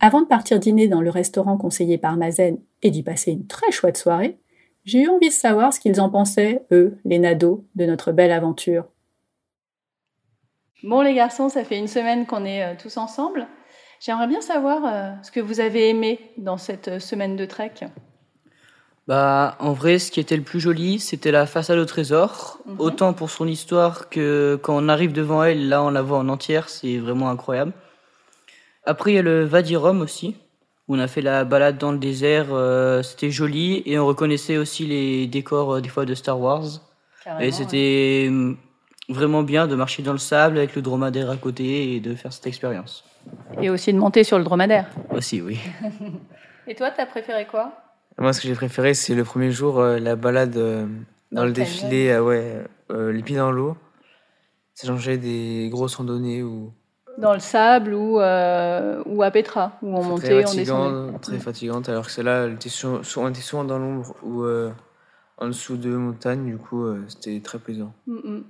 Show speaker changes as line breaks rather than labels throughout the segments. Avant de partir dîner dans le restaurant conseillé par Mazen et d'y passer une très chouette soirée, j'ai eu envie de savoir ce qu'ils en pensaient, eux, les nados, de notre belle aventure.
Bon les garçons, ça fait une semaine qu'on est euh, tous ensemble. J'aimerais bien savoir euh, ce que vous avez aimé dans cette euh, semaine de trek.
Bah, en vrai, ce qui était le plus joli, c'était la façade au trésor.
Mhm.
Autant pour son histoire que quand on arrive devant elle, là, on la voit en entière, c'est vraiment incroyable. Après, il y a le Vadirom aussi, où on a fait la balade dans le désert, euh, c'était joli, et on reconnaissait aussi les décors euh, des fois de Star Wars. et
Carrément, Ah ouais.
c'était euh, vraiment bien de marcher dans le sable avec le dromadaire à côté et de faire cette expérience.
Et aussi de monter sur le dromadaire.
Aussi, oui.
Et toi, t'as préféré quoi
Moi, ce que j'ai préféré, c'est le premier jour, euh, la balade euh,
Dans
dans le
le canyon.
défilé, ah ouais, euh, les pieds dans l'eau. Ça changeait des grosses randonnées où
Dans le sable ou, euh, ou à Petra, où on
c'est
montait,
très
on descendait.
fatigante, très fatigante, alors que celle-là, elle était sou- sou- on était souvent dans l'ombre ou euh, en dessous de montagnes, du coup, euh, c'était très plaisant.
Mm, mm.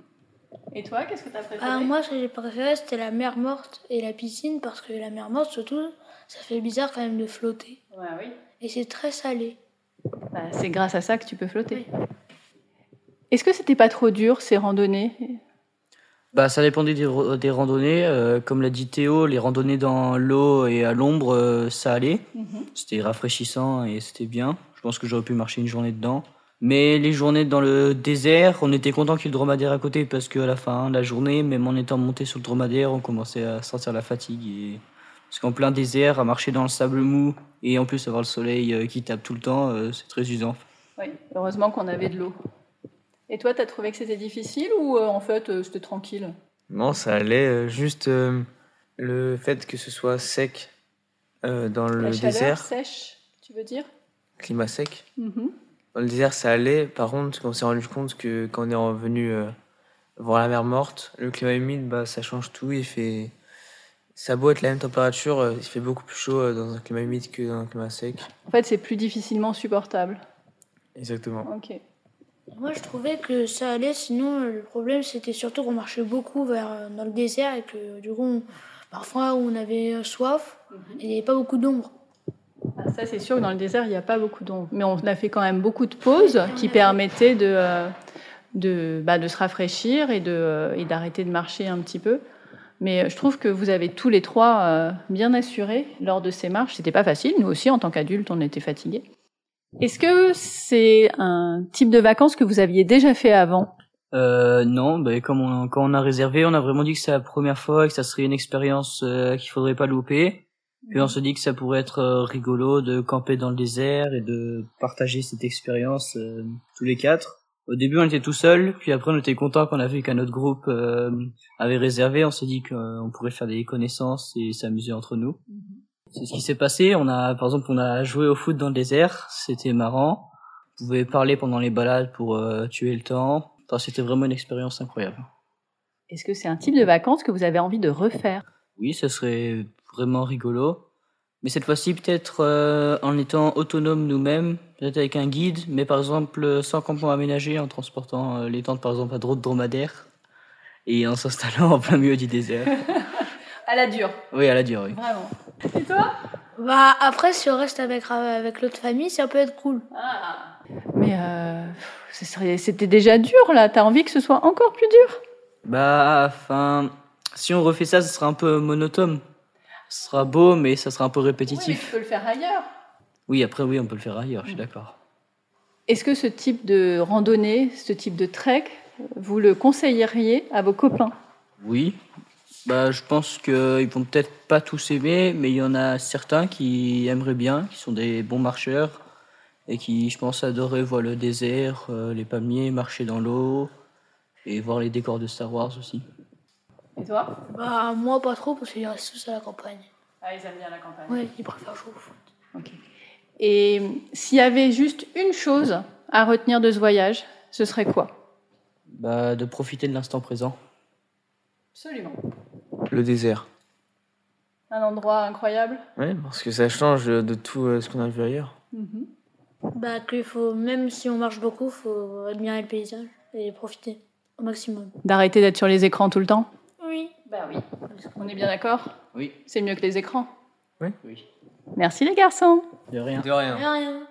Et toi, qu'est-ce que t'as préféré
Alors Ah, moi, ce que j'ai préféré, c'était la mer morte et la piscine, parce que la mer morte, surtout, ça fait bizarre quand même de flotter.
Ouais, oui.
Et c'est très salé.
Bah, c'est grâce à ça que tu peux flotter. Est-ce que c'était pas trop dur ces randonnées
Bah, ça dépendait des, ro- des randonnées. euh, comme l'a dit Théo, les randonnées dans l'eau et à l'ombre, euh, ça allait.
Mhm.
C'était rafraîchissant et c'était bien. Je pense que j'aurais pu marcher une journée dedans. Mais les journées dans le désert, on était content qu'il y ait le dromadaire à côté parce qu'à la fin de la journée, même en étant monté sur le dromadaire, on commençait à sentir la fatigue. Et... Parce qu'en plein désert, à marcher dans le sable mou et en plus avoir le soleil euh, qui tape tout le temps, euh, c'est très usant.
Oui, heureusement qu'on avait de l'eau. Et toi, t'as trouvé que c'était difficile ou euh, en fait euh, c'était tranquille
Non, ça allait, euh, juste euh, le fait que ce soit sec euh, dans le
La chaleur
désert,
sèche, tu veux dire
climat sec.
Mhm.
Dans le désert, ça allait. Par contre, on s'est rendu compte que quand on est revenu euh, voir la mer morte, le climat humide, bah, ça change tout. Il fait. Ça a beau être la même température, euh, il fait beaucoup plus chaud euh, dans un climat humide que dans un climat sec.
En fait, c'est plus difficilement supportable.
Exactement.
Ok.
Moi, je trouvais que ça allait, sinon, euh, le problème, c'était surtout qu'on marchait beaucoup vers, euh, dans le désert et que, du coup, on- parfois, on avait euh, soif et il n'y avait pas beaucoup d'ombre.
Ah, Ça, c'est sûr que dans le désert, il n'y a pas beaucoup d'ombre. Mais on a fait quand même beaucoup de pauses qui permettaient de, euh, de, bah, de se rafraîchir et de, euh, et d'arrêter de marcher un petit peu. Mais je trouve que vous avez tous les trois euh, bien assurés lors de ces marches. C'était pas facile. Nous aussi, en tant qu'adultes, on était fatigués. Est-ce que c'est un type de vacances que vous aviez déjà fait avant
Euh, non, ben comme on, quand on a réservé, on a vraiment dit que c'est la première fois, que ça serait une expérience euh, qu'il faudrait pas louper. Puis on se dit que ça pourrait être euh, rigolo de camper dans le désert et de partager cette expérience euh, tous les quatre. Au début, on était tout seul, puis après, on était content qu'on a vu qu'un autre groupe euh, avait réservé. On s'est dit qu'on pourrait faire des connaissances et s'amuser entre nous. C'est ce qui s'est passé. On a, par exemple, on a joué au foot dans le désert. C'était marrant. Vous pouvez parler pendant les balades pour euh, tuer le temps. Enfin, c'était vraiment une expérience incroyable.
Est-ce que c'est un type de vacances que vous avez envie de refaire
Oui, ce serait vraiment rigolo. Mais cette fois-ci, peut-être euh, en étant autonome nous-mêmes, peut-être avec un guide, mais par exemple euh, sans campement aménagé, en transportant euh, les tentes par exemple à droite dromadaire et en s'installant en plein milieu du désert.
À la dure,
Oui, à la dure, oui.
vraiment. Et toi
Bah, après, si on reste avec, euh, avec l'autre famille, ça peut être cool.
Ah. Mais euh, pff, ce serait- c'était déjà dur là, t'as envie que ce soit encore plus dur
Bah, enfin, si on refait ça, ce sera un peu monotone. Ce sera beau, mais ça sera un peu répétitif.
peux le faire ailleurs.
Oui, après, oui, on peut le faire ailleurs, je suis d'accord.
Est-ce que ce type de randonnée, ce type de trek, vous le conseilleriez à vos copains
Oui. Bah, je pense qu'ils vont peut-être pas tous aimer, mais il y en a certains qui aimeraient bien, qui sont des bons marcheurs et qui, je pense, adoraient voir le désert, euh, les palmiers, marcher dans l'eau et voir les décors de Star Wars aussi.
Et toi
Bah, moi, pas trop, parce qu'ils restent tous à la campagne.
Ah, ils aiment bien la campagne.
Ouais, ils préfèrent jouer au foot.
Et s'il y avait juste une chose à retenir de ce voyage, ce serait quoi
Bah, de profiter de l'instant présent.
Absolument.
Le désert.
Un endroit incroyable.
Ouais, parce que ça change de tout euh, ce qu'on a vu ailleurs.
Mm-hmm.
Bah, qu'il faut, même si on marche beaucoup, faut admirer le paysage et profiter au maximum.
D'arrêter d'être sur les écrans tout le temps
Oui.
Bah oui. On est bien d'accord
Oui.
C'est mieux que les écrans. Oui.
Oui.
Merci les garçons.
De rien.
De rien.
Rien.